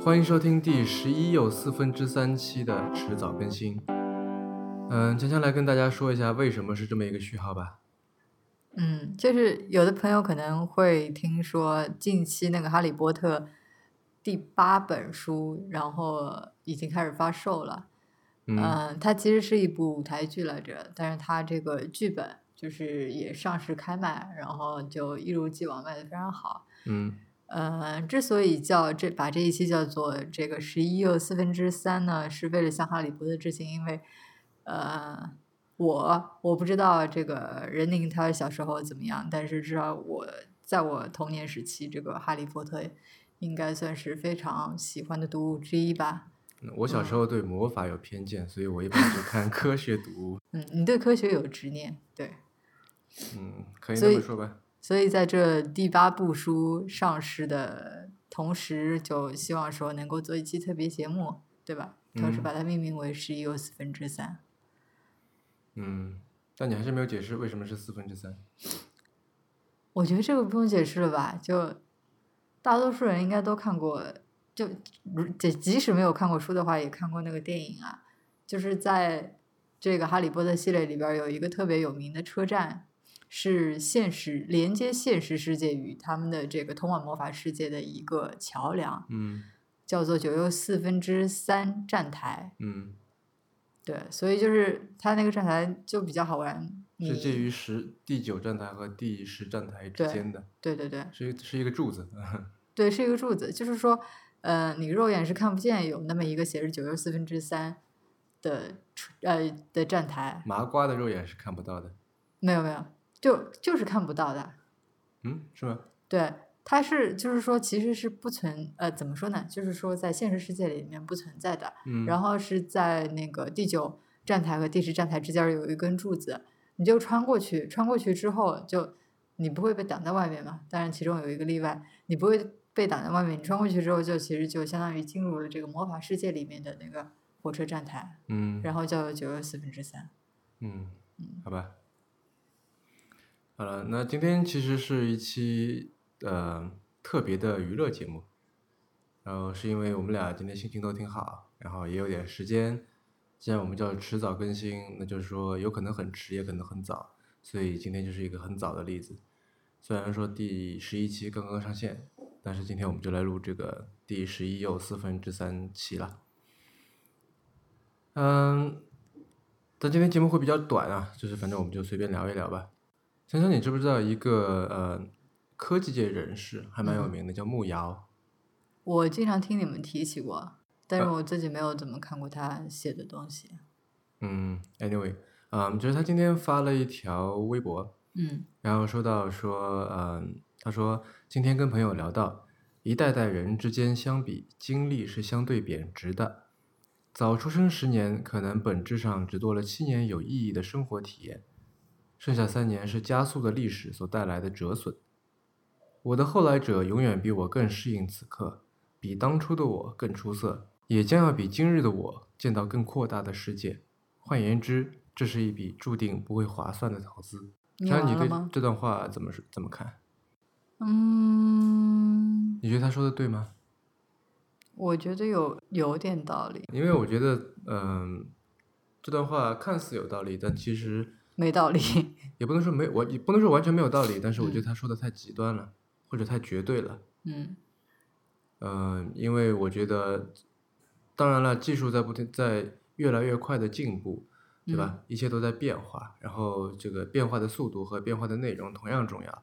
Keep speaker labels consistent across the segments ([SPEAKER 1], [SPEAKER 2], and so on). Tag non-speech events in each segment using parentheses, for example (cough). [SPEAKER 1] 欢迎收听第十一又四分之三期的迟早更新。嗯，强强来跟大家说一下为什么是这么一个序号吧。
[SPEAKER 2] 嗯，就是有的朋友可能会听说近期那个《哈利波特》第八本书，然后已经开始发售了。
[SPEAKER 1] 嗯，
[SPEAKER 2] 嗯，它其实是一部舞台剧来着，但是它这个剧本就是也上市开卖，然后就一如既往卖的非常好。
[SPEAKER 1] 嗯
[SPEAKER 2] 呃，之所以叫这把这一期叫做这个十一又四分之三呢，是为了向哈利波特致敬，因为呃，我我不知道这个任宁他小时候怎么样，但是至少我在我童年时期，这个哈利波特应该算是非常喜欢的读物之一吧。
[SPEAKER 1] 我小时候对魔法有偏见，所以我一般只看科学读物。
[SPEAKER 2] 嗯，你对科学有执念，对。
[SPEAKER 1] 嗯，可以
[SPEAKER 2] 所
[SPEAKER 1] 这么
[SPEAKER 2] 以
[SPEAKER 1] 说吧。
[SPEAKER 2] 所以在这第八部书上市的同时，就希望说能够做一期特别节目，对吧？同时
[SPEAKER 1] 嗯
[SPEAKER 2] 把它命名为十一又四分之三。
[SPEAKER 1] 嗯，但你还是没有解释为什么是四分之三。
[SPEAKER 2] 我觉得这个不用解释了吧？就大多数人应该都看过，就如即即使没有看过书的话，也看过那个电影啊。就是在这个《哈利波特》系列里边儿有一个特别有名的车站，是现实连接现实世界与他们的这个通往魔法世界的一个桥梁。
[SPEAKER 1] 嗯
[SPEAKER 2] 叫做九又四分之三站台，
[SPEAKER 1] 嗯，
[SPEAKER 2] 对，所以就是它那个站台就比较好玩，
[SPEAKER 1] 是介
[SPEAKER 2] 你
[SPEAKER 1] 于十第九站台和第十站台之
[SPEAKER 2] 对
[SPEAKER 1] 间的，
[SPEAKER 2] 对对对
[SPEAKER 1] 是一是一个柱子。 (laughs)
[SPEAKER 2] 对，是一个柱子，就是说，呃，你肉眼是看不见有那么一个写着九又四分之三的出呃的站台，
[SPEAKER 1] 麻瓜的肉眼是看不到的。
[SPEAKER 2] 没有没有，就就是看不到的，
[SPEAKER 1] 嗯，是吗？
[SPEAKER 2] 对，它是就是说其实是不存呃怎么说呢，就是说在现实世界里面不存在的，
[SPEAKER 1] 嗯，
[SPEAKER 2] 然后是在那个第九站台和第十站台之间儿有一根柱子，你就穿过去，穿过去之后就你不会被挡在外面嘛。当然其中有一个例外，你不会被挡在外面，你穿过去之后就其实就相当于进入了这个魔法世界里面的那个火车站台，
[SPEAKER 1] 嗯
[SPEAKER 2] 然后叫做九又四分之三。
[SPEAKER 1] 嗯，好吧。好了，那今天其实是一期呃特别的娱乐节目，然后是因为我们俩今天心情都挺好，然后也有点时间，既然我们叫迟早更新，那就是说有可能很迟，也可能很早，所以今天就是一个很早的例子。虽然说第十一期刚刚上线，但是今天我们就来录这个第十一又四分之三期了。嗯，但今天节目会比较短啊，就是反正我们就随便聊一聊吧。香香，你知不知道一个呃科技界人士还蛮有
[SPEAKER 2] 嗯
[SPEAKER 1] 名的，叫慕瑶？
[SPEAKER 2] 我经常听你们提起过，但是
[SPEAKER 1] 呃
[SPEAKER 2] 我自己没有怎么看过他写的东西。
[SPEAKER 1] 嗯，anyway，嗯，就是他今天发了一条微博，
[SPEAKER 2] 嗯
[SPEAKER 1] 然后说到说，嗯，他说今天跟朋友聊到，一代代人之间相比，经历是相对贬值的。早出生十年，可能本质上只做了七年有意义的生活体验，剩下三年是加速的历史所带来的折损。我的后来者永远比我更适应此刻，比当初的我更出色，也将要比今日的我见到更扩大的世界。换言之，这是一笔注定不会划算的投资。
[SPEAKER 2] 你
[SPEAKER 1] 那
[SPEAKER 2] 完
[SPEAKER 1] 你
[SPEAKER 2] 了
[SPEAKER 1] 对
[SPEAKER 2] 吗？
[SPEAKER 1] 这段话怎么是怎么看？
[SPEAKER 2] 嗯，
[SPEAKER 1] 你觉得他说的对吗？
[SPEAKER 2] 我觉得有有点道理，
[SPEAKER 1] 因为我觉得，嗯、这段话看似有道理，但其实
[SPEAKER 2] 没道理。 (laughs)
[SPEAKER 1] 也不能说没有，我也不能说完全没有道理，但是我觉得
[SPEAKER 2] 嗯
[SPEAKER 1] 他说的太极端了，或者太绝对了。
[SPEAKER 2] 嗯
[SPEAKER 1] 嗯、因为我觉得，当然了，技术在不停在越来越快的进步，对吧？一切都在变化，然后这个变化的速度和变化的内容同样重要。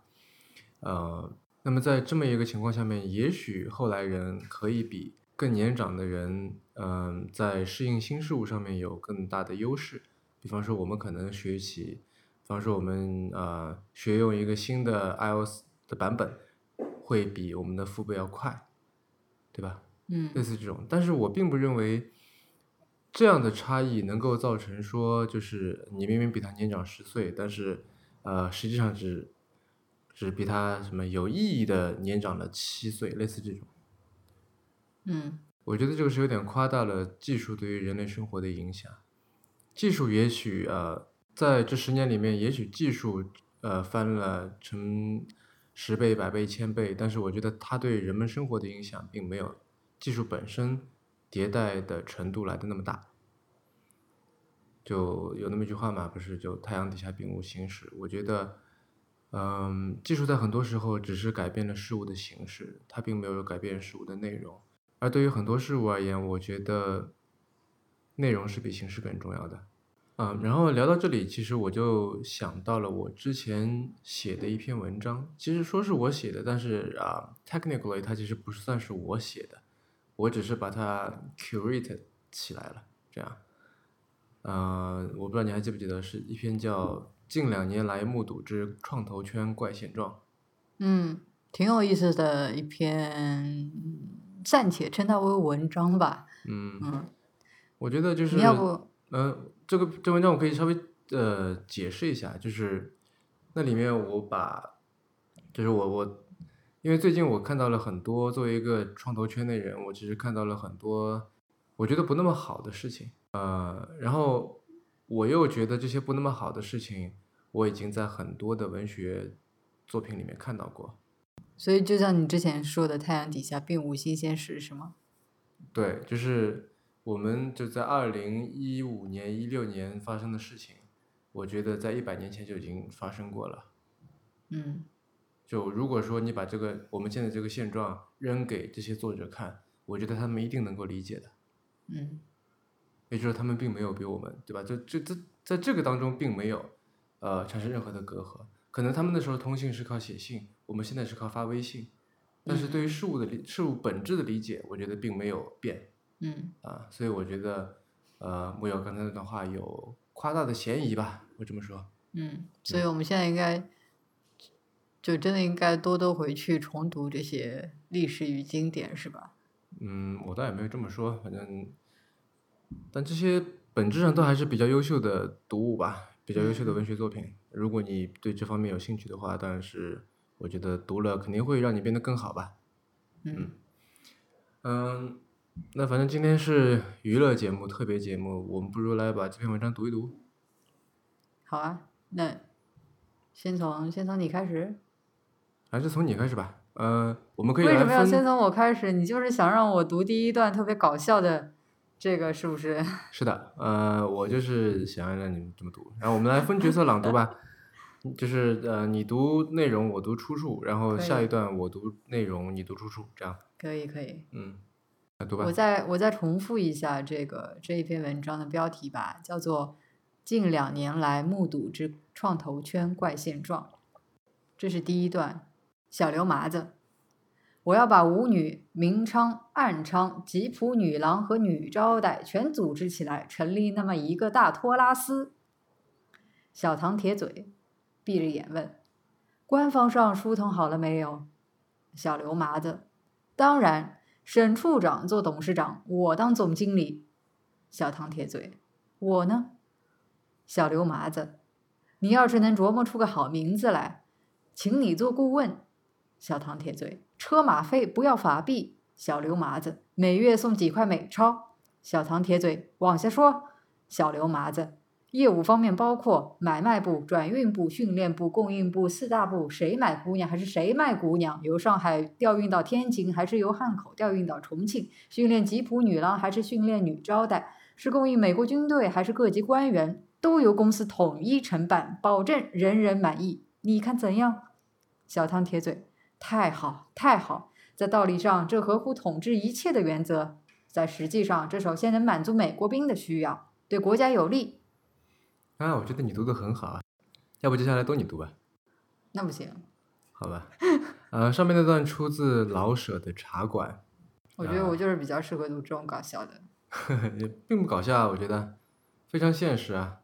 [SPEAKER 1] 呃，那么在这么一个情况下面，也许后来人可以比更年长的人，嗯、在适应新事物上面有更大的优势。比方说，我们可能学习，比方说我们呃学用一个新的 iOS 的版本，会比我们的父辈要快，对吧？
[SPEAKER 2] 嗯
[SPEAKER 1] 类似这种。但是我并不认为这样的差异能够造成说，就是你明明比他年长十岁，但是呃，实际上只只比他什么有意义的年长了七岁，类似这种。
[SPEAKER 2] 嗯
[SPEAKER 1] 我觉得这个是有点夸大了技术对于人类生活的影响。技术也许呃，在这十年里面，也许技术呃翻了成十倍、百倍、千倍，但是我觉得它对人们生活的影响并没有技术本身迭代的程度来的那么大。就有那么一句话嘛，不是就太阳底下并无形式。我觉得，嗯，技术在很多时候只是改变了事物的形式，它并没有改变事物的内容。而对于很多事物而言，我觉得内容是比形式更重要的。嗯，然后聊到这里，其实我就想到了我之前写的一篇文章，其实说是我写的，但是啊，technically 它其实不是算是我写的，我只是把它 curate 起来了，这样。呃，我不知道你还记不记得，是一篇叫《近两年来目睹之创投圈怪现状》。
[SPEAKER 2] 嗯，挺有意思的一篇，暂且称它为文章吧。
[SPEAKER 1] 嗯，
[SPEAKER 2] 嗯，
[SPEAKER 1] 我觉得就是，
[SPEAKER 2] 你要不
[SPEAKER 1] 呃，这个这文章我可以稍微呃解释一下，就是那里面我把，就是我我，因为最近我看到了很多作为一个创投圈内人，我其实看到了很多我觉得不那么好的事情，呃，然后我又觉得这些不那么好的事情，我已经在很多的文学作品里面看到过，
[SPEAKER 2] 所以就像你之前说的，太阳底下并无新鲜事，是吗？
[SPEAKER 1] 对，就是我们就在二零一五年、一六年发生的事情，我觉得在一百年前就已经发生过了。
[SPEAKER 2] 嗯
[SPEAKER 1] 就如果说你把这个我们现在这个现状扔给这些作者看，我觉得他们一定能够理解的。
[SPEAKER 2] 嗯
[SPEAKER 1] 也就是他们并没有比我们，对吧？就这这在这个当中并没有呃产生任何的隔阂。可能他们那时候通信是靠写信，我们现在是靠发微信，但是对于事物的理事物本质的理解，我觉得并没有变。
[SPEAKER 2] 嗯
[SPEAKER 1] 啊，所以我觉得，呃，木有刚才那段话有夸大的嫌疑吧，我这么说。
[SPEAKER 2] 嗯，所以我们现在应该就真的应该多多回去重读这些历史与经典，是吧？
[SPEAKER 1] 嗯，我倒也没有这么说，反正，但这些本质上都还是比较优秀的读物吧，比较优秀的文学作品。如果你对这方面有兴趣的话，当然是我觉得读了肯定会让你变得更好吧。
[SPEAKER 2] 嗯
[SPEAKER 1] 嗯，那反正今天是娱乐节目，特别节目，我们不如来把这篇文章读一读。
[SPEAKER 2] 好啊，那先从先从你开始。
[SPEAKER 1] 还是从你开始吧。呃，我们可以
[SPEAKER 2] 为
[SPEAKER 1] 来
[SPEAKER 2] 什么要
[SPEAKER 1] 分。
[SPEAKER 2] 先从我开始？你就是想让我读第一段特别搞笑的这个是不是？ (laughs)
[SPEAKER 1] 是的，呃，我
[SPEAKER 2] 嗯
[SPEAKER 1] 就是想要让你们这么读，然后我们来分角色朗读
[SPEAKER 2] (laughs)
[SPEAKER 1] 吧，就是呃，你读内容，我读出处，然后
[SPEAKER 2] 可
[SPEAKER 1] 下一
[SPEAKER 2] 以
[SPEAKER 1] 段我读内容，你读出处，这样，
[SPEAKER 2] 可以可以，
[SPEAKER 1] 嗯，来读吧
[SPEAKER 2] 我，再我再重复一下这个这一篇文章的标题吧，叫做《近两年来目睹之创投圈怪现状》，这是第一段。小刘麻子，我要把舞女、明娼、暗娼、吉普女郎和女招待全组织起来，成立那么一个大托拉斯。小唐铁嘴，闭着眼问：“官方上疏通好了没有？”小刘麻子，当然，沈处长做董事长，我当总经理。小唐铁嘴，我呢？小刘麻子，你要是能琢磨出个好名字来，请你做顾问。小唐铁嘴，车马费不要法币。小刘麻子，每月送几块美钞。小唐铁嘴，往下说。小刘麻子，业务方面包括买卖部、转运部、训练部、供应部四大部，谁买姑娘还是谁卖姑娘？由上海调运到天津，还是由汉口调运到重庆？训练吉普女郎还是训练女招待？是供应美国军队还是各级官员？都由公司统一承办，保证人人满意。你看怎样？小汤铁嘴，太好太好，在道理上这合乎统治一切的原则，在实际上这首先能满足美国兵的需要，对国家有利。
[SPEAKER 1] 啊，我觉得你读的很好啊，要不接下来都你读吧，
[SPEAKER 2] 那不行，
[SPEAKER 1] 好吧， (laughs) 呃，上面那段出自老舍的《茶馆，
[SPEAKER 2] 我觉得我就是比较适合读这种搞笑的。》
[SPEAKER 1] (laughs) 也并不搞笑啊，我觉得非常现实啊。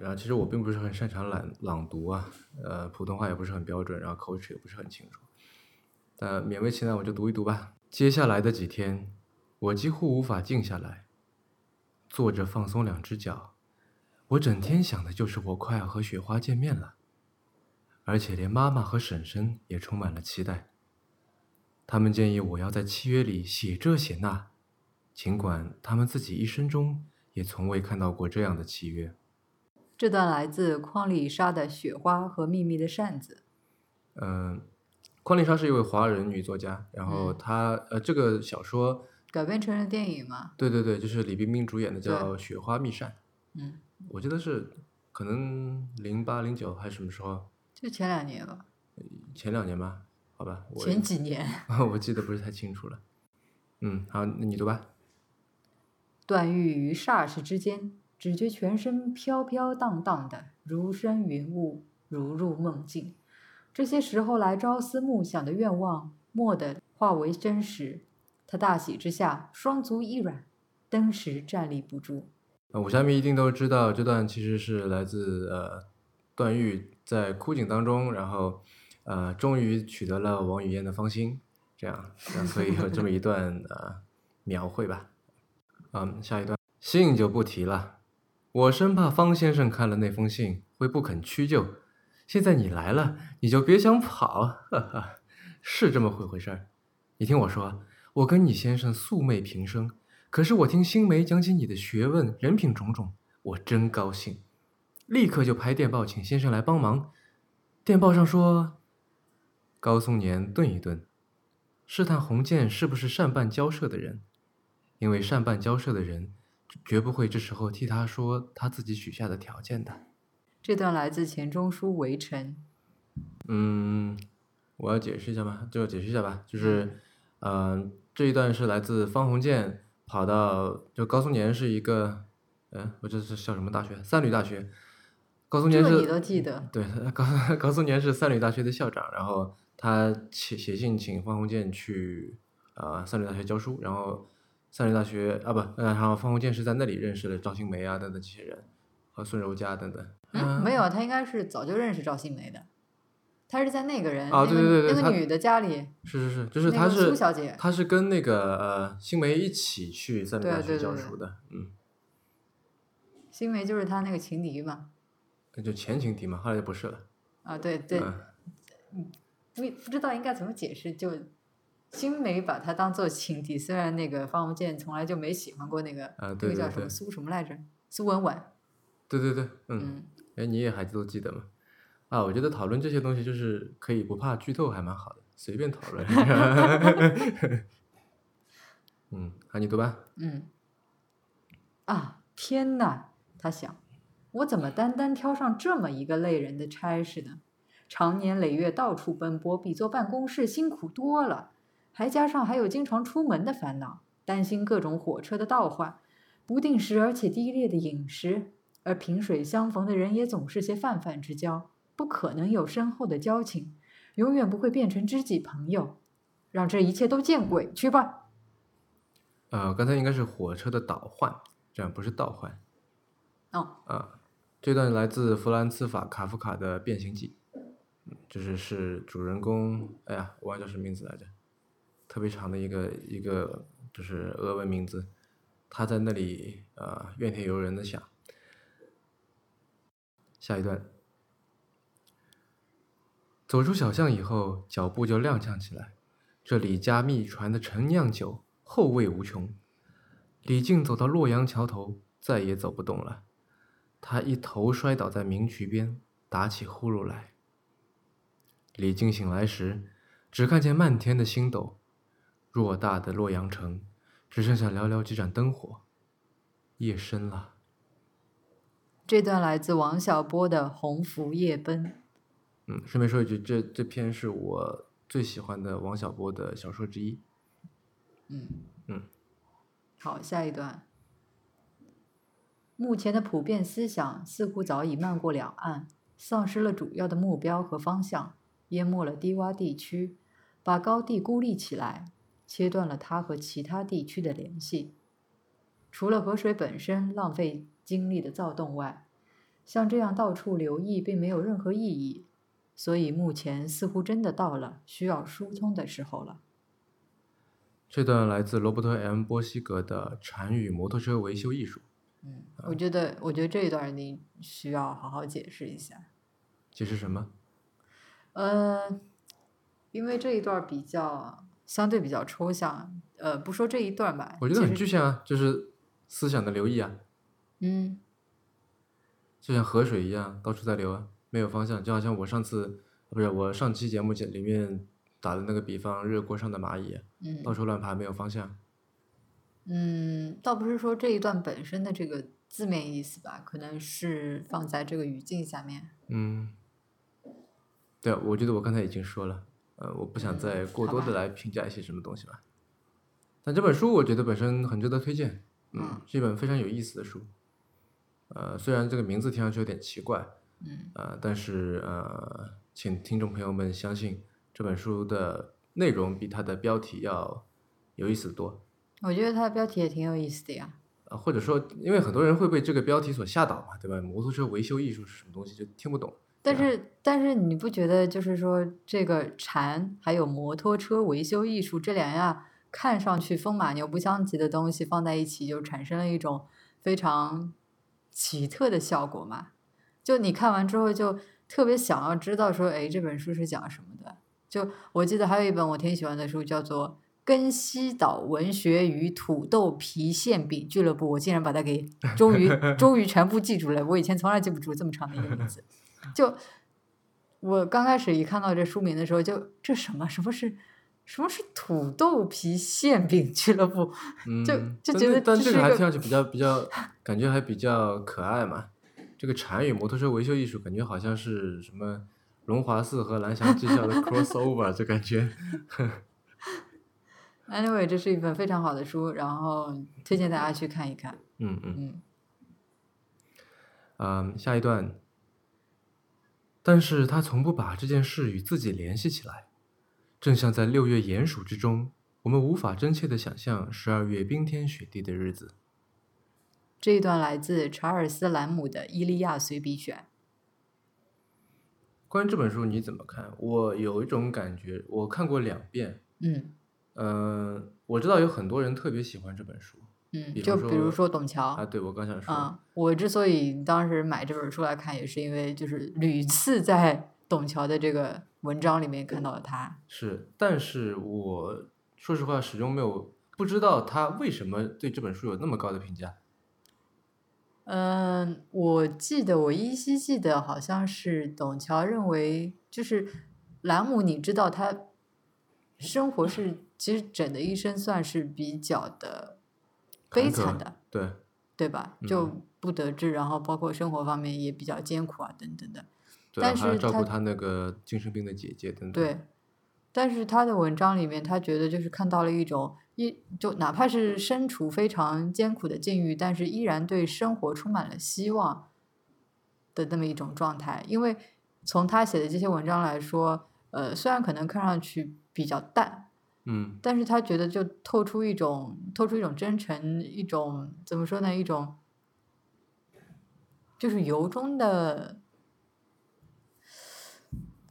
[SPEAKER 1] 然后其实我并不是很擅长朗朗读啊，呃，普通话也不是很标准，然后口齿也不是很清楚。但勉为其难，我就读一读吧。接下来的几天，我几乎无法静下来，坐着放松两只脚。我整天想的就是我快要和雪花见面了，而且连妈妈和婶婶也充满了期待。他们建议我要在契约里写这写那，尽管他们自己一生中也从未看到过这样的契约。
[SPEAKER 2] 这段来自匡丽莎的《雪花和秘密的扇子》。
[SPEAKER 1] 嗯，匡丽莎是一位华人女作家，然后
[SPEAKER 2] 嗯
[SPEAKER 1] 她呃，这个小说
[SPEAKER 2] 改编成了电影嘛，
[SPEAKER 1] 对对对，就是李冰冰主演的叫
[SPEAKER 2] 对
[SPEAKER 1] 《雪花秘扇》，
[SPEAKER 2] 嗯，
[SPEAKER 1] 我记得是可能零八零九还是什么时候，
[SPEAKER 2] 就前两年吧，
[SPEAKER 1] 前两年吧，好吧，我
[SPEAKER 2] 前几年。
[SPEAKER 1] (laughs) 我记得不是太清楚了。嗯，好，那你读吧。
[SPEAKER 2] 段誉与霎时之间，只觉全身飘飘荡荡的，如生云雾，如入梦境。这些时候来朝思暮想的愿望，蓦地化为真实。他大喜之下，双足一软，登时站立不住。
[SPEAKER 1] 呃，武侠迷一定都知道，这段其实是来自呃段誉在枯井当中，然后呃终于取得了王语嫣的芳心，这样，那所以有这么一段呃描绘吧。嗯，下一段信就不提了，我生怕方先生看了那封信会不肯屈就，现在你来了，你就别想跑，哈哈，是这么回回事儿。你听我说，我跟你先生素昧平生，可是我听新梅讲起你的学问、人品种种，我真高兴，立刻就拍电报请先生来帮忙。电报上说，高松年顿一顿，试探洪建是不是善办交涉的人，因为善办交涉的人绝不会这时候替他说他自己许下的条件的。
[SPEAKER 2] 这段来自钱钟书《围城》。
[SPEAKER 1] 嗯，我要解释一下吗？就解释一下吧，就是，嗯、这一段是来自方鸿渐跑到就高松年是一个，嗯、我这是叫什么大学？三闾大学。高松年
[SPEAKER 2] 这
[SPEAKER 1] 是
[SPEAKER 2] 个你都记得？
[SPEAKER 1] 对，高 (laughs) 高松年是三闾大学的校长，然后他写写信请方鸿渐去呃三闾大学教书，然后三闾大学啊不，呃然后方鸿渐是在那里认识了赵新梅啊等等这些人，和孙柔嘉等等。啊
[SPEAKER 2] 嗯，没有，他应该是早就认识赵新梅的。他是在那个人，
[SPEAKER 1] 啊对
[SPEAKER 2] 那
[SPEAKER 1] 对
[SPEAKER 2] 个
[SPEAKER 1] 对
[SPEAKER 2] 那
[SPEAKER 1] 他
[SPEAKER 2] 个女的家里，
[SPEAKER 1] 是是是，就是
[SPEAKER 2] 那
[SPEAKER 1] 他
[SPEAKER 2] 个
[SPEAKER 1] 是
[SPEAKER 2] 苏小姐
[SPEAKER 1] 他是跟那个呃新梅一起去三闾
[SPEAKER 2] 对
[SPEAKER 1] 大学
[SPEAKER 2] 对对
[SPEAKER 1] 教
[SPEAKER 2] 对
[SPEAKER 1] 书的，嗯，
[SPEAKER 2] 新梅就是他那个情敌嘛。
[SPEAKER 1] 那就前情敌嘛，后来就不是了。
[SPEAKER 2] 啊，对对，
[SPEAKER 1] 嗯
[SPEAKER 2] 不不知道应该怎么解释，就新梅把他当做情敌，虽然那个方鸿渐从来就没喜欢过那个、
[SPEAKER 1] 啊对
[SPEAKER 2] 那个
[SPEAKER 1] 对
[SPEAKER 2] 叫什
[SPEAKER 1] 对
[SPEAKER 2] 么苏什么来着，苏文婉，
[SPEAKER 1] 对对对，嗯，
[SPEAKER 2] 嗯，
[SPEAKER 1] 哎，你也还都记得吗？啊，我觉得讨论这些东西就是可以不怕剧透，还蛮好的，随便讨论。 (laughs) 嗯，啊，你读吧。
[SPEAKER 2] 嗯，啊，天哪！他想，我怎么单单挑上这么一个累人的差事呢？常年累月到处奔波，比坐办公室辛苦多了，还加上还有经常出门的烦恼，担心各种火车的倒换，不定时而且低劣的饮食，而萍水相逢的人也总是些泛泛之交，不可能有深厚的交情，永远不会变成知己朋友，让这一切都见鬼去吧！
[SPEAKER 1] 呃，刚才应该是火车的倒换，这样不是倒换。
[SPEAKER 2] 哦。
[SPEAKER 1] 啊，这段来自弗兰茨法卡夫卡的《变形记》，嗯就是是主人公，哎呀，我忘了叫什么名字来着，特别长的一个一个就是俄文名字，他在那里呃怨天尤人的想。下一段，走出小巷以后，脚步就踉跄起来。这李家秘传的陈酿酒后味无穷。李靖走到洛阳桥头，再也走不动了，他一头摔倒在明渠边，打起呼噜来。李靖醒来时，只看见漫天的星斗，偌大的洛阳城只剩下寥寥几盏灯火。夜深了，
[SPEAKER 2] 这段来自王小波的《鸿福夜奔》。
[SPEAKER 1] 嗯，顺便说一句，这这篇是我最喜欢的王小波的小说之一。
[SPEAKER 2] 嗯
[SPEAKER 1] 嗯，
[SPEAKER 2] 好，下一段。目前的普遍思想似乎早已漫过两岸，丧失了主要的目标和方向，淹没了低洼地区，把高地孤立起来，切断了它和其他地区的联系。除了河水本身浪费精力的躁动外，像这样到处留意并没有任何意义，所以目前似乎真的到了需要疏通的时候了。
[SPEAKER 1] 这段来自罗伯特 ·M· 波西格的《禅与摩托车维修艺术》。
[SPEAKER 2] 嗯，我觉得，我觉得这一段你需要好好解释一下。
[SPEAKER 1] 解释什么？
[SPEAKER 2] 呃，因为这一段比较相对比较抽象，呃，不说这一段吧，
[SPEAKER 1] 我觉
[SPEAKER 2] 其
[SPEAKER 1] 得很
[SPEAKER 2] 实
[SPEAKER 1] 具象啊，就是思想的流溢啊，
[SPEAKER 2] 嗯，
[SPEAKER 1] 就像河水一样到处在流啊，没有方向。就好像我上次不是我上期节目里面打的那个比方，热锅上的蚂蚁啊、
[SPEAKER 2] 嗯
[SPEAKER 1] 到处乱爬，没有方向。
[SPEAKER 2] 嗯，倒不是说这一段本身的这个字面意思吧，可能是放在这个语境下面。
[SPEAKER 1] 嗯，对，我觉得我刚才已经说了，呃，我不想再
[SPEAKER 2] 嗯
[SPEAKER 1] 过
[SPEAKER 2] 好
[SPEAKER 1] 多的
[SPEAKER 2] 吧
[SPEAKER 1] 来评价一些什么东西吧。但这本书我觉得本身很值得推荐，嗯
[SPEAKER 2] 嗯，
[SPEAKER 1] 是一本非常有意思的书。呃，虽然这个名字听上去有点奇怪，
[SPEAKER 2] 嗯
[SPEAKER 1] 呃，但是呃，请听众朋友们相信这本书的内容比它的标题要有意思多。
[SPEAKER 2] 我觉得它的标题也挺有意思的呀。
[SPEAKER 1] 呃，或者说，因为很多人会被这个标题所吓倒嘛，对吧？摩托车维修艺术是什么东西，就听不懂。
[SPEAKER 2] 但
[SPEAKER 1] 对
[SPEAKER 2] 是，但是你不觉得就是说这个禅还有摩托车维修艺术这两样看上去风马牛不相及的东西放在一起，就产生了一种非常奇特的效果嘛？就你看完之后，就特别想要知道说，哎，这本书是讲什么的？就我记得还有一本我挺喜欢的书，叫做《根西岛文学与土豆皮馅饼俱乐部》，我竟然把它给终于终于全部记住了，我以前从来记不住这么长的一个名字。就我刚开始一看到这书名的时候，就这什么什么是什么是土豆皮馅饼俱乐部？
[SPEAKER 1] 嗯，
[SPEAKER 2] 就就
[SPEAKER 1] 但
[SPEAKER 2] 觉
[SPEAKER 1] 这
[SPEAKER 2] 得
[SPEAKER 1] 但
[SPEAKER 2] 这
[SPEAKER 1] 这
[SPEAKER 2] 是
[SPEAKER 1] 个
[SPEAKER 2] 一
[SPEAKER 1] 还
[SPEAKER 2] 个
[SPEAKER 1] 听上去比较比较，感觉还比较可爱嘛。这个禅与摩托车维修艺术，感觉好像是什么龙华寺和蓝翔技校的 (laughs) crossover，这感觉。
[SPEAKER 2] Anyway，这是一本非常好的书，然后推荐大家去看一看。
[SPEAKER 1] 嗯嗯
[SPEAKER 2] 嗯，
[SPEAKER 1] 嗯，下一段。但是他从不把这件事与自己联系起来，正像在六月炎暑之中，我们无法真切地想象十二月冰天雪地的日子。
[SPEAKER 2] 这一段来自查尔斯·兰姆的《伊利亚随笔选》。
[SPEAKER 1] 关于这本书你怎么看？我有一种感觉，我看过两遍，
[SPEAKER 2] 嗯
[SPEAKER 1] 嗯，我知道有很多人特别喜欢这本书
[SPEAKER 2] 嗯
[SPEAKER 1] 比，
[SPEAKER 2] 就
[SPEAKER 1] 方
[SPEAKER 2] 比如
[SPEAKER 1] 说
[SPEAKER 2] 说董桥。
[SPEAKER 1] 啊。对，我刚想说，
[SPEAKER 2] 嗯，我之所以当时买这本书来看，也是因为就是屡次在董桥的这个文章里面看到了他。
[SPEAKER 1] 是，但是我说实话，始终没有不知道他为什么对这本书有那么高的评价。
[SPEAKER 2] 嗯，我记得我依稀记得好像是董桥认为，就是兰姆，你知道他生活是其实整的一生算是比较的悲
[SPEAKER 1] 坎坷嗯
[SPEAKER 2] 惨的，
[SPEAKER 1] 对，
[SPEAKER 2] 对吧？就不得志，然后包括生活方面也比较艰苦啊，等等的。
[SPEAKER 1] 对，
[SPEAKER 2] 但
[SPEAKER 1] 还要
[SPEAKER 2] 是
[SPEAKER 1] 照
[SPEAKER 2] 他
[SPEAKER 1] 顾他那个精神病的姐姐等等。
[SPEAKER 2] 对，但是他的文章里面，他觉得就是看到了一种一就哪怕是身处非常艰苦的境遇，但是依然对生活充满了希望的那么一种状态。因为从他写的这些文章来说，呃，虽然可能看上去比较淡，
[SPEAKER 1] 嗯
[SPEAKER 2] 但是他觉得就透出一种透出一种真诚，一种怎么说呢，一种就是由衷的，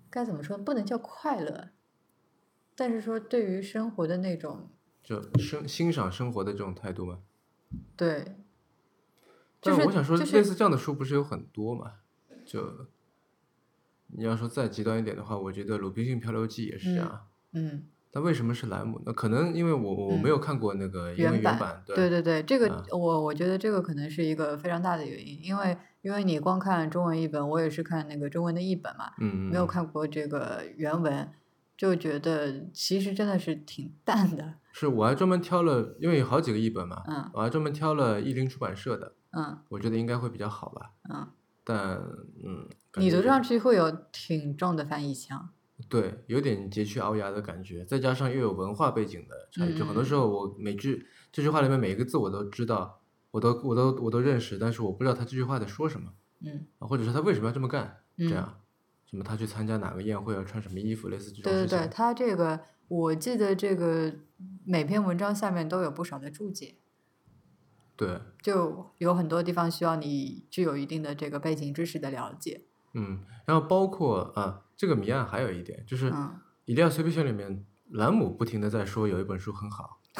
[SPEAKER 2] 该怎么说？不能叫快乐，但是说对于生活的那种
[SPEAKER 1] 就
[SPEAKER 2] 嗯
[SPEAKER 1] 生欣赏生活的这种态度嘛。
[SPEAKER 2] 对，就
[SPEAKER 1] 但
[SPEAKER 2] 是
[SPEAKER 1] 我想说，
[SPEAKER 2] 就
[SPEAKER 1] 类
[SPEAKER 2] 是
[SPEAKER 1] 似这样的书不是有很多嘛？就你要说再极端一点的话，我觉得《鲁滨逊漂流记》也是这
[SPEAKER 2] 嗯
[SPEAKER 1] 样。
[SPEAKER 2] 嗯，
[SPEAKER 1] 但为什么是莱姆呢？可能因为我我没有看过那个英文
[SPEAKER 2] 原
[SPEAKER 1] 原
[SPEAKER 2] 版，
[SPEAKER 1] 版，
[SPEAKER 2] 对对这个、
[SPEAKER 1] 啊
[SPEAKER 2] 我我觉得这个可能是一个非常大的原因，因为因为你光看中文译本，我也是看那个中文的译本嘛，
[SPEAKER 1] 嗯，
[SPEAKER 2] 没有
[SPEAKER 1] 嗯
[SPEAKER 2] 看过这个原文，就觉得其实真的是挺 (laughs) 淡的。
[SPEAKER 1] 是我还专门挑了，因为有好几个译本嘛，
[SPEAKER 2] 嗯
[SPEAKER 1] 我还专门挑了译林出版社的，
[SPEAKER 2] 嗯
[SPEAKER 1] 我觉得应该会比较好吧。
[SPEAKER 2] 嗯，
[SPEAKER 1] 但嗯，感
[SPEAKER 2] 你
[SPEAKER 1] 觉
[SPEAKER 2] 读
[SPEAKER 1] 就
[SPEAKER 2] 上去会有挺重的翻译腔。
[SPEAKER 1] 对，有点佶屈聱牙的感觉，再加上又有文化背景的差异，就很多
[SPEAKER 2] 嗯
[SPEAKER 1] 时候我每句这句话里面每一个字我都知道，我都我都我都认识，但是我不知道他这句话在说什么，
[SPEAKER 2] 嗯，
[SPEAKER 1] 啊或者说他为什么要这么干，这
[SPEAKER 2] 嗯
[SPEAKER 1] 样，什么他去参加哪个宴会要穿什么衣服，类似这种
[SPEAKER 2] 对对
[SPEAKER 1] 事情。
[SPEAKER 2] 对，它这个我记得这个每篇文章下面都有不少的注解，
[SPEAKER 1] 对，
[SPEAKER 2] 就有很多地方需要你具有一定的这个背景知识的了解。
[SPEAKER 1] 嗯，然后包括啊，这个谜案还有一点就是《
[SPEAKER 2] 嗯，
[SPEAKER 1] 一定要随笔选》里面，兰姆不停的在说有一本书很好，
[SPEAKER 2] (laughs)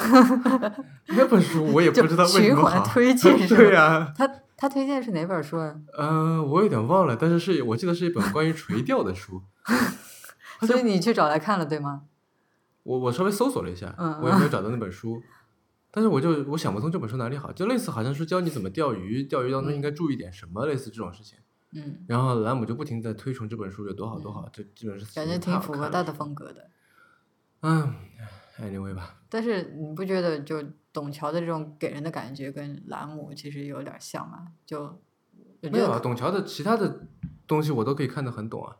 [SPEAKER 1] 那本书我也
[SPEAKER 2] 就
[SPEAKER 1] 不知道为什
[SPEAKER 2] 循
[SPEAKER 1] 么
[SPEAKER 2] 环
[SPEAKER 1] 好，
[SPEAKER 2] 推荐是
[SPEAKER 1] (laughs) 对
[SPEAKER 2] 吧
[SPEAKER 1] 呀、
[SPEAKER 2] 他他推荐是哪本书啊？
[SPEAKER 1] 呃，我有点忘了，但是是我记得是一本关于垂钓的书，他
[SPEAKER 2] 所以你去找来看了对吗？
[SPEAKER 1] 我我稍微搜索了一下，
[SPEAKER 2] 嗯
[SPEAKER 1] 我也没有找到那本书，但是我就我想不通这本书哪里好，就类似好像是教你怎么钓鱼，钓鱼当中应该注意点什么，类似这种事情。
[SPEAKER 2] 嗯，
[SPEAKER 1] 然后兰姆就不停地在推崇这本书有多好多
[SPEAKER 2] 嗯
[SPEAKER 1] 好，这这本书
[SPEAKER 2] 感
[SPEAKER 1] 简
[SPEAKER 2] 觉
[SPEAKER 1] 直
[SPEAKER 2] 挺
[SPEAKER 1] 太好
[SPEAKER 2] 符
[SPEAKER 1] 看
[SPEAKER 2] 合
[SPEAKER 1] 了
[SPEAKER 2] 他的风格的。
[SPEAKER 1] 嗯，anyway 吧，
[SPEAKER 2] 但是你不觉得就董桥的这种给人的感觉跟兰姆其实有点像嘛，就我觉
[SPEAKER 1] 没有啊，
[SPEAKER 2] 得
[SPEAKER 1] 董桥的其他的东西我都可以看得很懂啊，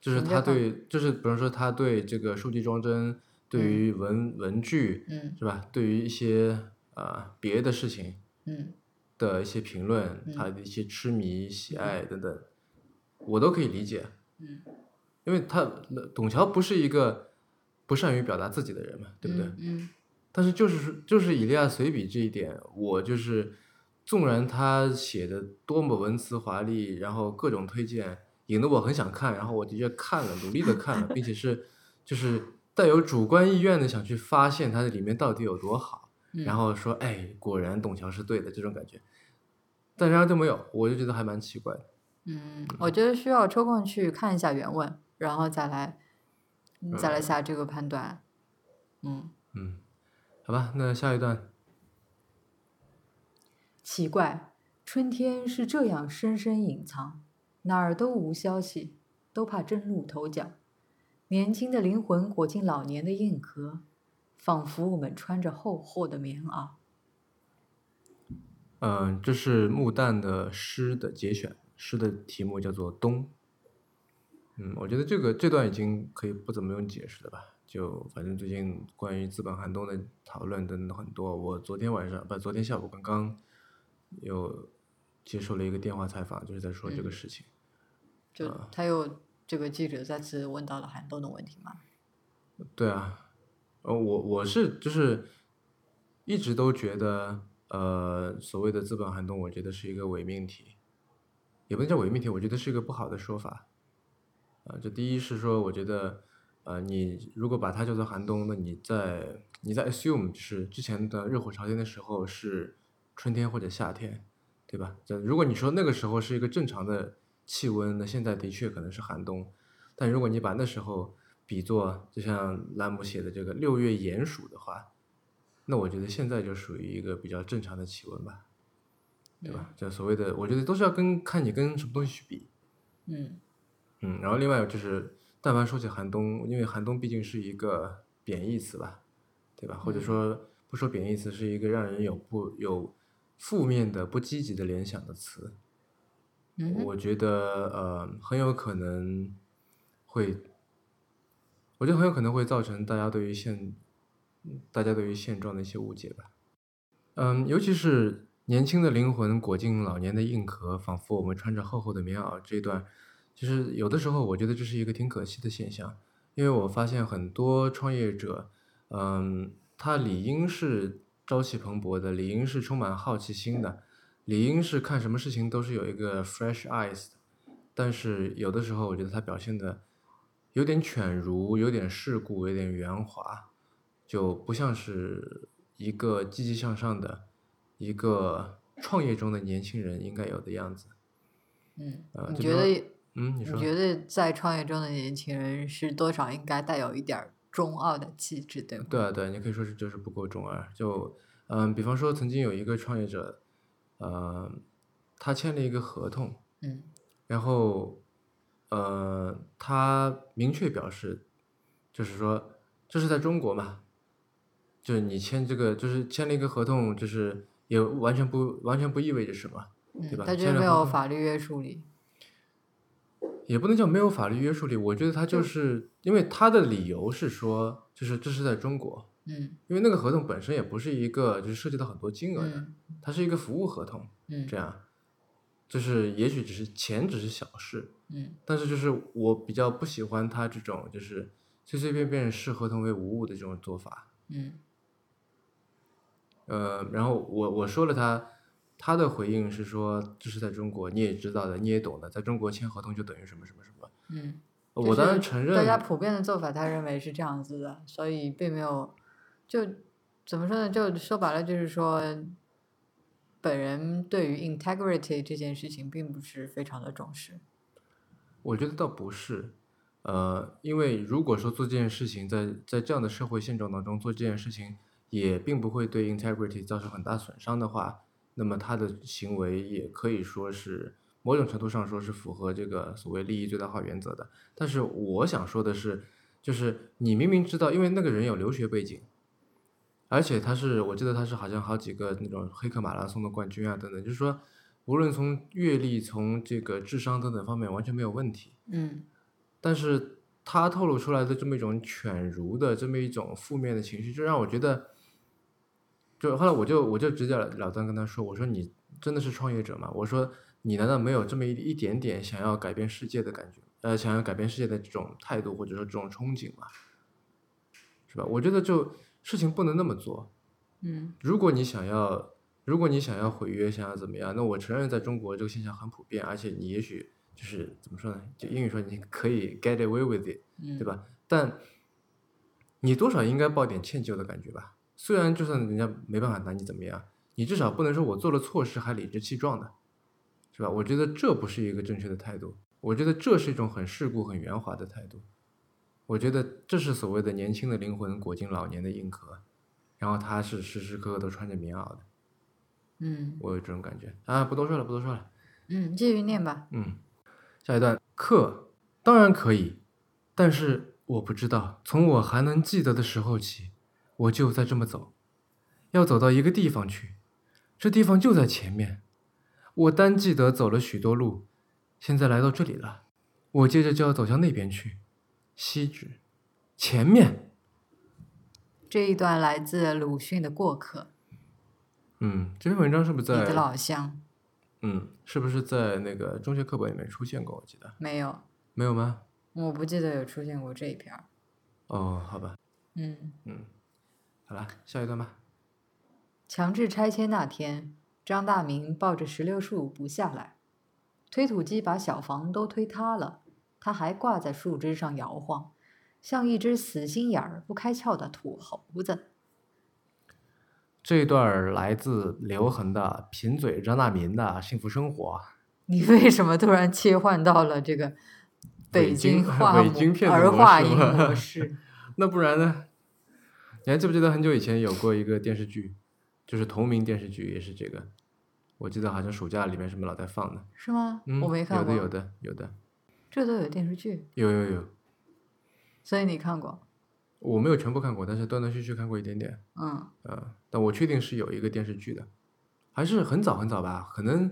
[SPEAKER 1] 就是
[SPEAKER 2] 什么
[SPEAKER 1] 他
[SPEAKER 2] 叫看
[SPEAKER 1] 对，就是比方说他对这个数据装帧，对于文、文具
[SPEAKER 2] 嗯
[SPEAKER 1] 是吧？对于一些呃别的事情
[SPEAKER 2] 嗯
[SPEAKER 1] 的一些评论，
[SPEAKER 2] 嗯
[SPEAKER 1] 他的一些痴迷、喜爱等等，我都可以理解，
[SPEAKER 2] 嗯，
[SPEAKER 1] 因为他董桥不是一个不善于表达自己的人嘛，对不对？
[SPEAKER 2] 嗯嗯
[SPEAKER 1] 但是就是说就是以利亚随笔这一点，我就是纵然他写的多么文辞华丽，然后各种推荐引得我很想看，然后我的确看了，努力的看了，并且是就是带有主观意愿的想去发现它的里面到底有多好，
[SPEAKER 2] 嗯，
[SPEAKER 1] 然后说哎，果然董桥是对的这种感觉，但然而都没有，我就觉得还蛮奇怪的。
[SPEAKER 2] 嗯，我觉得需要抽空去看一下原文，然后再来嗯再来下这个判断。嗯，
[SPEAKER 1] 嗯，好吧，那下一段，
[SPEAKER 2] 奇怪，春天是这样深深隐藏，哪儿都无消息，都怕崭露头角。年轻的灵魂裹进老年的硬壳，仿佛我们穿着厚厚的棉袄。
[SPEAKER 1] 嗯、这是穆旦的诗的节选，诗的题目叫做《冬》。嗯，我觉得这个这段已经可以不怎么用解释了吧？就反正最近关于资本寒冬的讨论等等很多。我昨天晚上不，昨天下午刚刚有接受了一个电话采访，就是在说这个事情。
[SPEAKER 2] 就
[SPEAKER 1] 嗯
[SPEAKER 2] 他又这个记者再次问到了寒冬的问题嘛？
[SPEAKER 1] 对啊，呃，我我是就是一直都觉得，呃，所谓的资本寒冬，我觉得是一个伪命题，也不能叫伪命题，我觉得是一个不好的说法。啊、这第一是说，我觉得，呃，你如果把它叫做寒冬，那你在你在 assume 就是之前的热火朝天的时候是春天或者夏天，对吧？这如果你说那个时候是一个正常的气温，那现在的确可能是寒冬，但如果你把那时候比作就像拉姆写的这个六月炎暑的话，那我觉得现在就属于一个比较正常的气温吧，对吧？就所谓的，我觉得都是要跟看你跟什么东西去比，
[SPEAKER 2] 嗯
[SPEAKER 1] 嗯，然后另外就是，但凡说起寒冬，因为寒冬毕竟是一个贬义词吧，对吧？或者
[SPEAKER 2] 嗯
[SPEAKER 1] 说不说贬义词，是一个让人有不有负面的、不积极的联想的词。
[SPEAKER 2] 嗯哼
[SPEAKER 1] 我觉得呃，很有可能会，我觉得很有可能会造成大家对于现大家对于现状的一些误解吧。嗯，尤其是年轻的灵魂裹进老年的硬壳，仿佛我们穿着厚厚的棉袄这一段，其实有的时候我觉得这是一个挺可惜的现象，因为我发现很多创业者，嗯，他理应是朝气蓬勃的，理应是充满好奇心的，理应是看什么事情都是有一个 fresh eyes 的，但是有的时候我觉得他表现的有点犬儒，有点世故，有点圆滑，就不像是一个积极向上的、一个创业中的年轻人应该有的样子。
[SPEAKER 2] 嗯
[SPEAKER 1] 呃，
[SPEAKER 2] 你
[SPEAKER 1] 就
[SPEAKER 2] 觉
[SPEAKER 1] 比如说
[SPEAKER 2] 得？
[SPEAKER 1] 嗯，你说
[SPEAKER 2] 你觉得在创业中的年轻人是多少应该带有一点儿中二的气质，对吗？
[SPEAKER 1] 对啊，对啊，你可以说是就是不够中二。就嗯，比方说曾经有一个创业者，呃，他签了一个合同，
[SPEAKER 2] 嗯
[SPEAKER 1] 然后，呃，他明确表示，就是说这是在中国嘛，就是你签这个，就是签了一个合同，就是也完全不完全不意味着什么，对
[SPEAKER 2] 嗯
[SPEAKER 1] 吧，
[SPEAKER 2] 他就
[SPEAKER 1] 签
[SPEAKER 2] 是
[SPEAKER 1] 了
[SPEAKER 2] 没
[SPEAKER 1] 合
[SPEAKER 2] 有
[SPEAKER 1] 同
[SPEAKER 2] 法律约束力。
[SPEAKER 1] 也不能叫没有法律约束力。我觉得他就
[SPEAKER 2] 就是
[SPEAKER 1] 因为他的理由是说，就是这是在中国，
[SPEAKER 2] 嗯
[SPEAKER 1] 因为那个合同本身也不是一个就是涉及到很多金额的，
[SPEAKER 2] 嗯
[SPEAKER 1] 它是一个服务合同，
[SPEAKER 2] 嗯
[SPEAKER 1] 这样，就是也许只是钱只是小事，
[SPEAKER 2] 嗯
[SPEAKER 1] 但是就是我比较不喜欢他这种就是随随便便视合同为无物的这种做法。
[SPEAKER 2] 嗯
[SPEAKER 1] 呃，然后我我说了他，他的回应是说这是在中国，你也知道的，你也懂的，在中国签合同就等于什么什么什么。呃
[SPEAKER 2] 嗯，就
[SPEAKER 1] 我当然
[SPEAKER 2] 是
[SPEAKER 1] 承
[SPEAKER 2] 大
[SPEAKER 1] 认，
[SPEAKER 2] 家普遍的做法，他认为是这样子的，所以并没有就怎么说呢？就说白了，就是说，本人对于 integrity 这件事情并不是非常的重视。
[SPEAKER 1] 我觉得倒不是，呃，因为如果说做这件事情在在这样的社会现状当中做这件事情，也并不会对 integrity 造成很大损伤的话，那么他的行为也可以说是某种程度上说是符合这个所谓利益最大化原则的。但是我想说的是，就是你明明知道，因为那个人有留学背景，而且他是我记得他是好像好几个那种黑客马拉松的冠军啊等等，就是说无论从阅历、从这个智商等等方面完全没有问题，
[SPEAKER 2] 嗯
[SPEAKER 1] 但是他透露出来的这么一种犬儒的这么一种负面的情绪，就让我觉得，就后来我就我就直截了当跟他说，我说你真的是创业者吗？我说你难道没有这么一一点点想要改变世界的感觉，呃，想要改变世界的这种态度或者说这种憧憬吗？是吧？我觉得就事情不能那么做。
[SPEAKER 2] 嗯
[SPEAKER 1] 如果你想要，如果你想要毁约，想要怎么样，那我承认在中国这个现象很普遍，而且你也许就是怎么说呢？就英语说你可以 get away with it，
[SPEAKER 2] 嗯，
[SPEAKER 1] 对？吧？但你多少应该抱点歉疚的感觉吧。虽然就算人家没办法拿你怎么样，你至少不能说我做了错事还理直气壮的，是吧？我觉得这不是一个正确的态度，我觉得这是一种很世故、很圆滑的态度。我觉得这是所谓的年轻的灵魂裹进老年的硬壳，然后他是时时刻刻都穿着棉袄的，
[SPEAKER 2] 嗯
[SPEAKER 1] 我有这种感觉啊！不多说了，不多说了。
[SPEAKER 2] 嗯，继续念吧。
[SPEAKER 1] 嗯，下一段课当然可以，但是我不知道，从我还能记得的时候起，我就在这么走，要走到一个地方去，这地方就在前面。我单记得走了许多路，现在来到这里了，我接着就要走向那边去，西指，前面。
[SPEAKER 2] 这一段来自鲁迅的《过客
[SPEAKER 1] 嗯，这篇文章是不是》，
[SPEAKER 2] 你的
[SPEAKER 1] 在
[SPEAKER 2] 老乡
[SPEAKER 1] 嗯，是不是在那个中学课本里面出现过？我记得
[SPEAKER 2] 没有，
[SPEAKER 1] 没有吗？
[SPEAKER 2] 我不记得有出现过这一篇儿。
[SPEAKER 1] 哦，好吧，
[SPEAKER 2] 嗯，
[SPEAKER 1] 好了，下一段吧。
[SPEAKER 2] 强制拆迁那天，张大民抱着石榴树不下来，推土机把小房都推塌了，他还挂在树枝上摇晃，像一只死心眼儿不开窍的土猴子。
[SPEAKER 1] 这一段儿来自刘恒的《贫嘴张大民的幸福生活啊
[SPEAKER 2] 你为什么突然切换到了这个
[SPEAKER 1] 北
[SPEAKER 2] 北
[SPEAKER 1] 京
[SPEAKER 2] 话
[SPEAKER 1] 北
[SPEAKER 2] 模
[SPEAKER 1] 京片子
[SPEAKER 2] 儿
[SPEAKER 1] 模
[SPEAKER 2] 化
[SPEAKER 1] 式
[SPEAKER 2] 音
[SPEAKER 1] 吗 (laughs)
[SPEAKER 2] 模式？》。
[SPEAKER 1] 那不然呢？你还记不记得很久以前有过一个电视剧，就是同名电视剧，也是这个。我记得好像暑假里面什么老在放的。
[SPEAKER 2] 是吗？
[SPEAKER 1] 嗯，
[SPEAKER 2] 我没看过。
[SPEAKER 1] 有的，有的，有的，
[SPEAKER 2] 这都有电视剧，
[SPEAKER 1] 有有有。
[SPEAKER 2] 所以你看过？
[SPEAKER 1] 我没有全部看过，但是断断续续看过一点点。
[SPEAKER 2] 嗯
[SPEAKER 1] 呃，但我确定是有一个电视剧的，还是很早很早吧，可能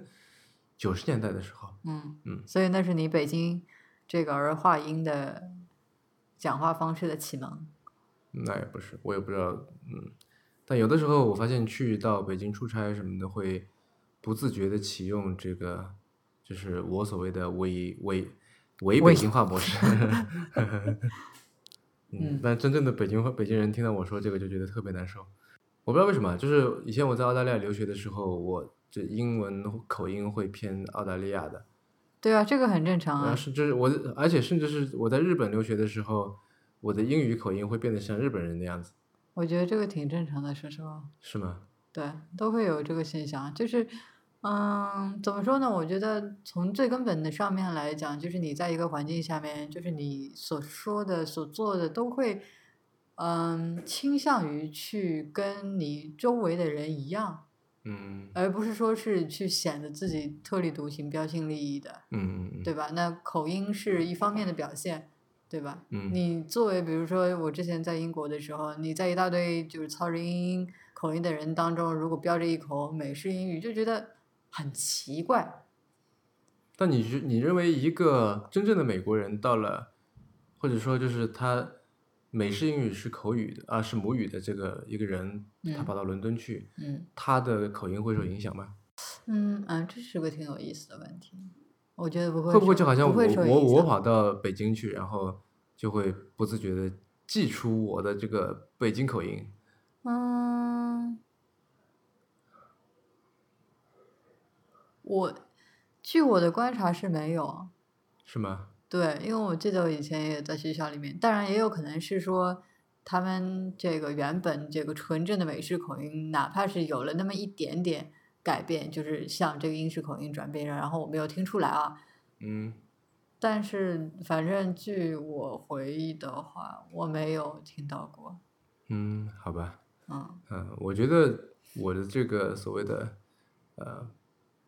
[SPEAKER 1] 九十年代的时候。
[SPEAKER 2] 嗯
[SPEAKER 1] 嗯
[SPEAKER 2] 所以那是你北京这个儿化音的讲话方式的启蒙。
[SPEAKER 1] 那也不是，我也不知道，嗯，但有的时候我发现去到北京出差什么的，会不自觉的启用这个，就是我所谓的伪伪伪北
[SPEAKER 2] 伪
[SPEAKER 1] 京话模式。 (laughs) 嗯
[SPEAKER 2] 嗯，
[SPEAKER 1] 但真正的北京话，北京人听到我说这个就觉得特别难受。我不知道为什么，就是以前我在澳大利亚留学的时候，我这英文口音会偏澳大利亚的，
[SPEAKER 2] 对啊，这个很正常
[SPEAKER 1] 然后
[SPEAKER 2] 啊。
[SPEAKER 1] 是就是我的，而且甚至是我在日本留学的时候，我的英语口音会变得像日本人的样子，
[SPEAKER 2] 我觉得这个挺正常的，说实话，
[SPEAKER 1] 是吗？
[SPEAKER 2] 对，都会有这个现象。就是，嗯，怎么说呢？我觉得从最根本的上面来讲，就是你在一个环境下面，就是你所说的、所做的都会，嗯，倾向于去跟你周围的人一样。
[SPEAKER 1] 嗯
[SPEAKER 2] 而不是说是去显得自己特立独行、标新立异的，
[SPEAKER 1] 嗯嗯，
[SPEAKER 2] 对吧？那口音是一方面的表现，对吧？
[SPEAKER 1] 嗯
[SPEAKER 2] 你作为比如说我之前在英国的时候，你在一大堆就是操着英英口音的人当中，如果标着一口美式英语，就觉得很奇怪。
[SPEAKER 1] 但你是你认为一个真正的美国人到了，或者说就是他美式英语是口语的啊，是母语的这个一个人，他
[SPEAKER 2] 嗯
[SPEAKER 1] 跑到伦敦去，
[SPEAKER 2] 嗯
[SPEAKER 1] 他的口音会受影响吗？
[SPEAKER 2] 嗯啊，这是个挺有意思的问题，我觉得不会
[SPEAKER 1] 会不会
[SPEAKER 2] 受
[SPEAKER 1] 就好像我
[SPEAKER 2] 不会受
[SPEAKER 1] 我
[SPEAKER 2] 影
[SPEAKER 1] 我
[SPEAKER 2] 响
[SPEAKER 1] 跑到北京去，然后就会不自觉的记出我的这个北京口音？
[SPEAKER 2] 嗯，我据我的观察是没有，
[SPEAKER 1] 是吗？
[SPEAKER 2] 对，因为我记得我以前也在学校里面，当然也有可能是说他们这个原本这个纯正的美式口音，哪怕是有了那么一点点改变，就是向这个英式口音转变，然后我没有听出来啊。
[SPEAKER 1] 嗯，
[SPEAKER 2] 但是反正据我回忆的话，我没有听到过。
[SPEAKER 1] 嗯，好吧。
[SPEAKER 2] 嗯
[SPEAKER 1] 嗯，我觉得我的这个所谓的呃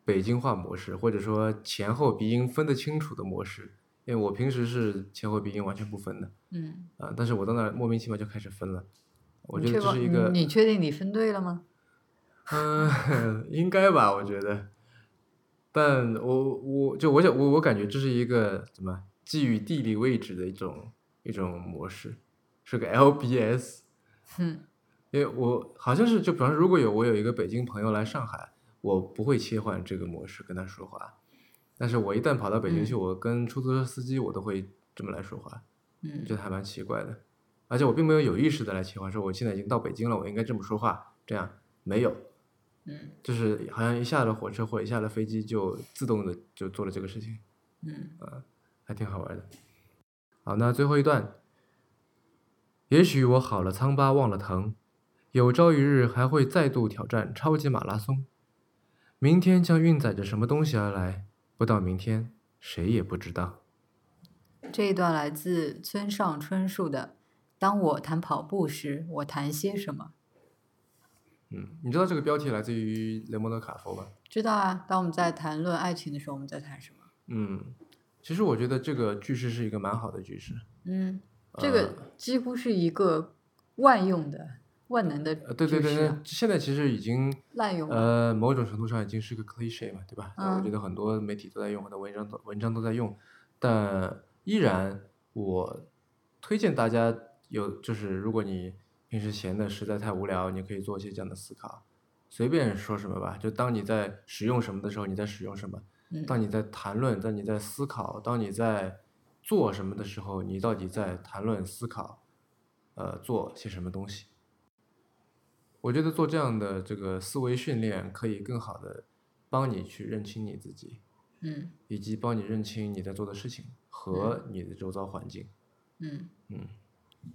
[SPEAKER 1] 北京话模式，或者说前后鼻音分得清楚的模式，因为我平时是前后鼻音完全不分的
[SPEAKER 2] 嗯
[SPEAKER 1] 啊、但是我到那儿莫名其妙就开始分了，我
[SPEAKER 2] 你
[SPEAKER 1] 觉得
[SPEAKER 2] 确
[SPEAKER 1] 这
[SPEAKER 2] 保
[SPEAKER 1] 是一个
[SPEAKER 2] 你确定你分对了吗？
[SPEAKER 1] 嗯， (laughs) 应该吧，我觉得。但我我就我想我我感觉这是一个怎么基于地理位置的一种一种模式，是个 LBS。
[SPEAKER 2] 嗯
[SPEAKER 1] 因为我好像是就比方说，如果有我有一个北京朋友来上海，我不会切换这个模式跟他说话。但是我一旦跑到北京去，我跟出租车司机我都会这么来说话，
[SPEAKER 2] 嗯
[SPEAKER 1] 觉得还蛮奇怪的。而且我并没有有意识的来切换，说我现在已经到北京了，我应该这么说话，这样没有。
[SPEAKER 2] 嗯
[SPEAKER 1] 就是好像一下了火车或者一下了飞机就自动的就做了这个事情，
[SPEAKER 2] 嗯
[SPEAKER 1] 还挺好玩的。好，那最后一段。也许我好了疮疤忘了疼，有朝一日还会再度挑战超级马拉松。明天将运载着什么东西而来？不到明天，谁也不知道。
[SPEAKER 2] 这一段来自村上春树的《当我谈跑步时，我谈些什么》。
[SPEAKER 1] 嗯，你知道这个标题来自于雷蒙德·卡佛吧？
[SPEAKER 2] 知道啊，当我们在谈论爱情的时候，我们在谈什么？
[SPEAKER 1] 嗯，其实我觉得这个句式是一个蛮好的句式。
[SPEAKER 2] 嗯，这个几乎是一个万用的、万能的
[SPEAKER 1] 呃，对对
[SPEAKER 2] 知
[SPEAKER 1] 对
[SPEAKER 2] 识
[SPEAKER 1] 对
[SPEAKER 2] 啊，
[SPEAKER 1] 现在其实已经
[SPEAKER 2] 滥用了。
[SPEAKER 1] 呃，某种程度上已经是个 cliche 嘛，对吧？我觉
[SPEAKER 2] 嗯
[SPEAKER 1] 得很多媒体都在用，很多文章都文章都在用，但依然我推荐大家有，就是如果你平时闲的实在太无聊，你可以做一些这样的思考，随便说什么吧，就当你在使用什么的时候，你在使用什么；
[SPEAKER 2] 嗯
[SPEAKER 1] 当你在谈论，当你在思考，当你在做什么的时候，你到底在谈论、思考，呃，做些什么东西？我觉得做这样的这个思维训练，可以更好的帮你去认清你自己，
[SPEAKER 2] 嗯
[SPEAKER 1] 以及帮你认清你在做的事情和你的周遭环境。
[SPEAKER 2] 嗯
[SPEAKER 1] 嗯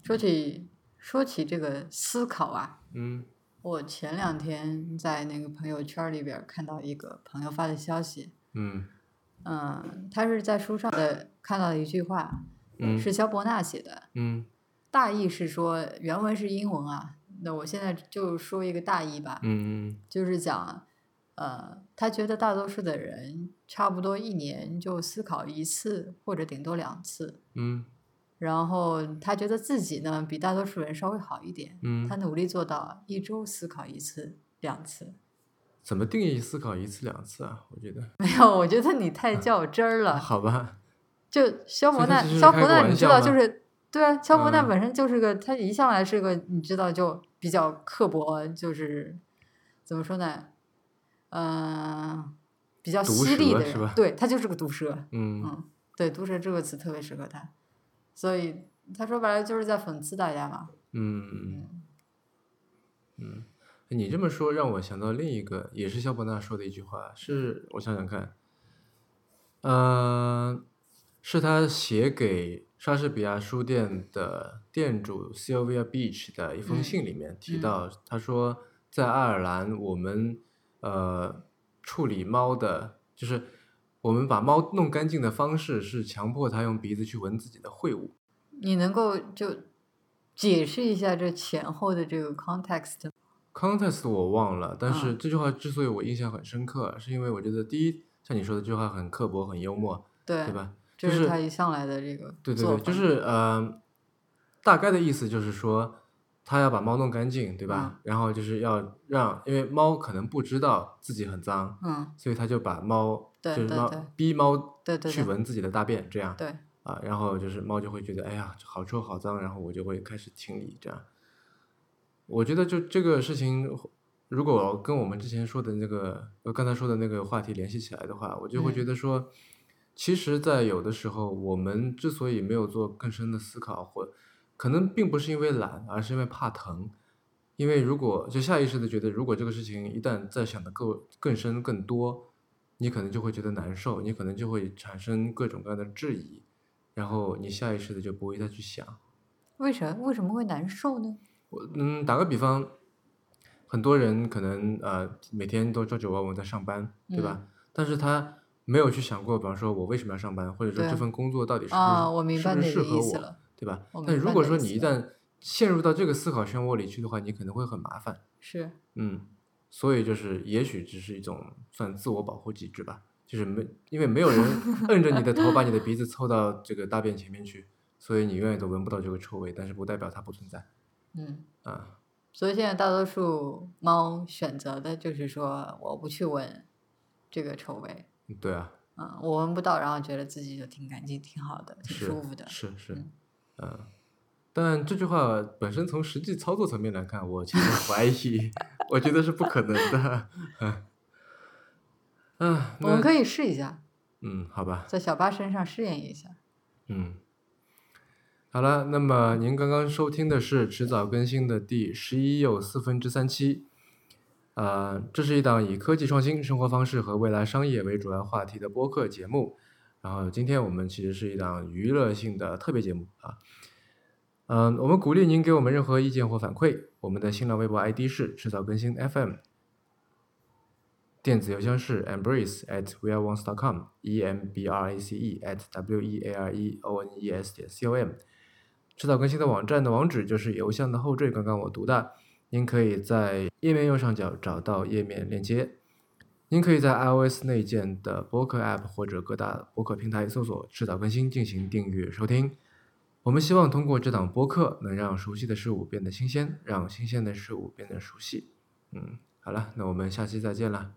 [SPEAKER 2] 说起说起这个思考啊，
[SPEAKER 1] 嗯
[SPEAKER 2] 我前两天在那个朋友圈里边儿看到一个朋友发的消息，
[SPEAKER 1] 嗯
[SPEAKER 2] 嗯，他是在书上的看到的一句话，呃
[SPEAKER 1] 嗯
[SPEAKER 2] 是萧伯纳写的，
[SPEAKER 1] 嗯
[SPEAKER 2] 大意是说原文是英文啊，那我现在就说一个大意吧，
[SPEAKER 1] 嗯
[SPEAKER 2] 就是讲，呃，他觉得大多数的人差不多一年就思考一次或者顶多两次，
[SPEAKER 1] 嗯
[SPEAKER 2] 然后他觉得自己呢比大多数人稍微好一点，他
[SPEAKER 1] 嗯，
[SPEAKER 2] 努力做到一周思考一次、两次。 (laughs)
[SPEAKER 1] 怎么定义思考一次两次啊？我觉得，
[SPEAKER 2] 没有，我觉得你太较真儿了。
[SPEAKER 1] (laughs) 好吧，
[SPEAKER 2] 就萧
[SPEAKER 1] 所
[SPEAKER 2] 伯
[SPEAKER 1] 以他
[SPEAKER 2] 纳，
[SPEAKER 1] 只是
[SPEAKER 2] 萧
[SPEAKER 1] 开
[SPEAKER 2] 伯
[SPEAKER 1] 个
[SPEAKER 2] 纳，
[SPEAKER 1] 玩
[SPEAKER 2] 你知
[SPEAKER 1] 笑
[SPEAKER 2] 道
[SPEAKER 1] 吗
[SPEAKER 2] 就是对啊，萧伯纳
[SPEAKER 1] 嗯
[SPEAKER 2] 本身就是个，他一向来是个，你知道就比较刻薄，就是怎么说呢，嗯，比较
[SPEAKER 1] 毒
[SPEAKER 2] 犀利
[SPEAKER 1] 舌
[SPEAKER 2] 的
[SPEAKER 1] 是
[SPEAKER 2] 人
[SPEAKER 1] 吧，
[SPEAKER 2] 对他就是个毒舌，
[SPEAKER 1] 嗯
[SPEAKER 2] 嗯，对，毒舌这个词特别适合他，所以他说白了就是在讽刺大家嘛，
[SPEAKER 1] 嗯嗯，你这么说让我想到另一个，也是萧伯纳说的一句话，是我想想看，呃，是他写给莎士比亚书店的店主 Sylvia Beach 的一封
[SPEAKER 2] 嗯
[SPEAKER 1] 信里面提
[SPEAKER 2] 嗯
[SPEAKER 1] 到，他说在爱尔兰，我们呃处理猫的，就是我们把猫弄干净的方式是强迫它用鼻子去闻自己的秽物。
[SPEAKER 2] 你能够就解释一下这前后的这个 context，
[SPEAKER 1] context 我忘了，但是
[SPEAKER 2] 嗯
[SPEAKER 1] 这句话之所以我印象很深刻，是因为我觉得第一，像你说的这句话很刻薄、很幽默，
[SPEAKER 2] 对
[SPEAKER 1] 对？吧？
[SPEAKER 2] 这
[SPEAKER 1] 就是
[SPEAKER 2] 他一向来的这个
[SPEAKER 1] 对对
[SPEAKER 2] 作
[SPEAKER 1] 对，就
[SPEAKER 2] 风
[SPEAKER 1] 是呃，大概的意思就是说，他要把猫弄干净，对吧？
[SPEAKER 2] 嗯
[SPEAKER 1] 然后就是要让，因为猫可能不知道自己很脏，
[SPEAKER 2] 嗯，
[SPEAKER 1] 所以他就把猫
[SPEAKER 2] 对
[SPEAKER 1] 就是
[SPEAKER 2] 对
[SPEAKER 1] 猫
[SPEAKER 2] 对
[SPEAKER 1] 逼猫
[SPEAKER 2] 对对
[SPEAKER 1] 去
[SPEAKER 2] 对
[SPEAKER 1] 闻自己的大便，这样
[SPEAKER 2] 对，
[SPEAKER 1] 啊，然后就是猫就会觉得，哎呀，好臭好脏，然后我就会开始清理这样。我觉得就这个事情，如果跟我们之前说的那个，呃，刚才说的那个话题联系起来的话，我就会觉
[SPEAKER 2] 嗯
[SPEAKER 1] 得说，其实，在有的时候，我们之所以没有做更深的思考，或可能并不是因为懒，而是因为怕疼。因为如果就下意识的觉得，如果这个事情一旦再想的够更深更多，你可能就会觉得难受，你可能就会产生各种各样的质疑，然后你下意识的就不会再去想。
[SPEAKER 2] 为什么为什么会难受呢？
[SPEAKER 1] 我嗯，打个比方，很多人可能呃每天都朝九晚五在上班，对吧？
[SPEAKER 2] 嗯
[SPEAKER 1] 但是他没有去想过，比方说我为什么要上班，或者说
[SPEAKER 2] 对
[SPEAKER 1] 这份工作到底是不是、
[SPEAKER 2] 啊，我明
[SPEAKER 1] 是
[SPEAKER 2] 白
[SPEAKER 1] 不
[SPEAKER 2] 你
[SPEAKER 1] 是适
[SPEAKER 2] 的
[SPEAKER 1] 合
[SPEAKER 2] 意思
[SPEAKER 1] 我，
[SPEAKER 2] 了，
[SPEAKER 1] 对吧
[SPEAKER 2] 我？
[SPEAKER 1] 但
[SPEAKER 2] 明
[SPEAKER 1] 如
[SPEAKER 2] 白
[SPEAKER 1] 果
[SPEAKER 2] 你
[SPEAKER 1] 说
[SPEAKER 2] 的
[SPEAKER 1] 你
[SPEAKER 2] 意
[SPEAKER 1] 一
[SPEAKER 2] 思
[SPEAKER 1] 旦陷入到这个思考漩涡里去的话，你可能会很麻烦。
[SPEAKER 2] 是，
[SPEAKER 1] 嗯，所以就是也许只是一种算自我保护机制吧，就是没因为没
[SPEAKER 2] (laughs)
[SPEAKER 1] 有人摁着你的头把你的鼻子凑到这个大便前面去，所以你永远都闻不到这个臭味，但是不代表它不存在
[SPEAKER 2] 嗯，
[SPEAKER 1] 啊。
[SPEAKER 2] 所以现在大多数猫选择的就是说，我不去闻这个臭味，
[SPEAKER 1] 对啊，
[SPEAKER 2] 嗯，我闻不到，然后觉得自己就挺干净、挺好的、挺
[SPEAKER 1] 是
[SPEAKER 2] 舒服的。
[SPEAKER 1] 是是，
[SPEAKER 2] 嗯
[SPEAKER 1] 嗯。但这句话本身从实际操作层面来看，我其实
[SPEAKER 2] (laughs)
[SPEAKER 1] 怀疑，我觉得是不可能的。 (laughs) 啊，
[SPEAKER 2] 我们
[SPEAKER 1] 那
[SPEAKER 2] 可以试一下，
[SPEAKER 1] 嗯，好吧，
[SPEAKER 2] 在小巴身上试验一下。
[SPEAKER 1] 嗯，好了，那么您刚刚收听的是迟早更新的第十一又四分之三期，呃，这是一档以科技创新、生活方式和未来商业为主要话题的播客节目。然后今天我们其实是一档娱乐性的特别节目啊。嗯、我们鼓励您给我们任何意见或反馈。我们的新浪微博 ID 是迟早更新 FM，电子邮箱是 embrace at weareones.com e m b r a c e at w e a r e o n e s 点 c o m。迟早更新的网站的网址就是邮箱的后缀，刚刚我读的。您可以在页面右上角找到页面链接。您可以在 iOS 内建的播客 App 或者各大播客平台搜索“迟早更新”进行订阅收听。我们希望通过这档播客，能让熟悉的事物变得新鲜，让新鲜的事物变得熟悉。嗯，好了，那我们下期再见了。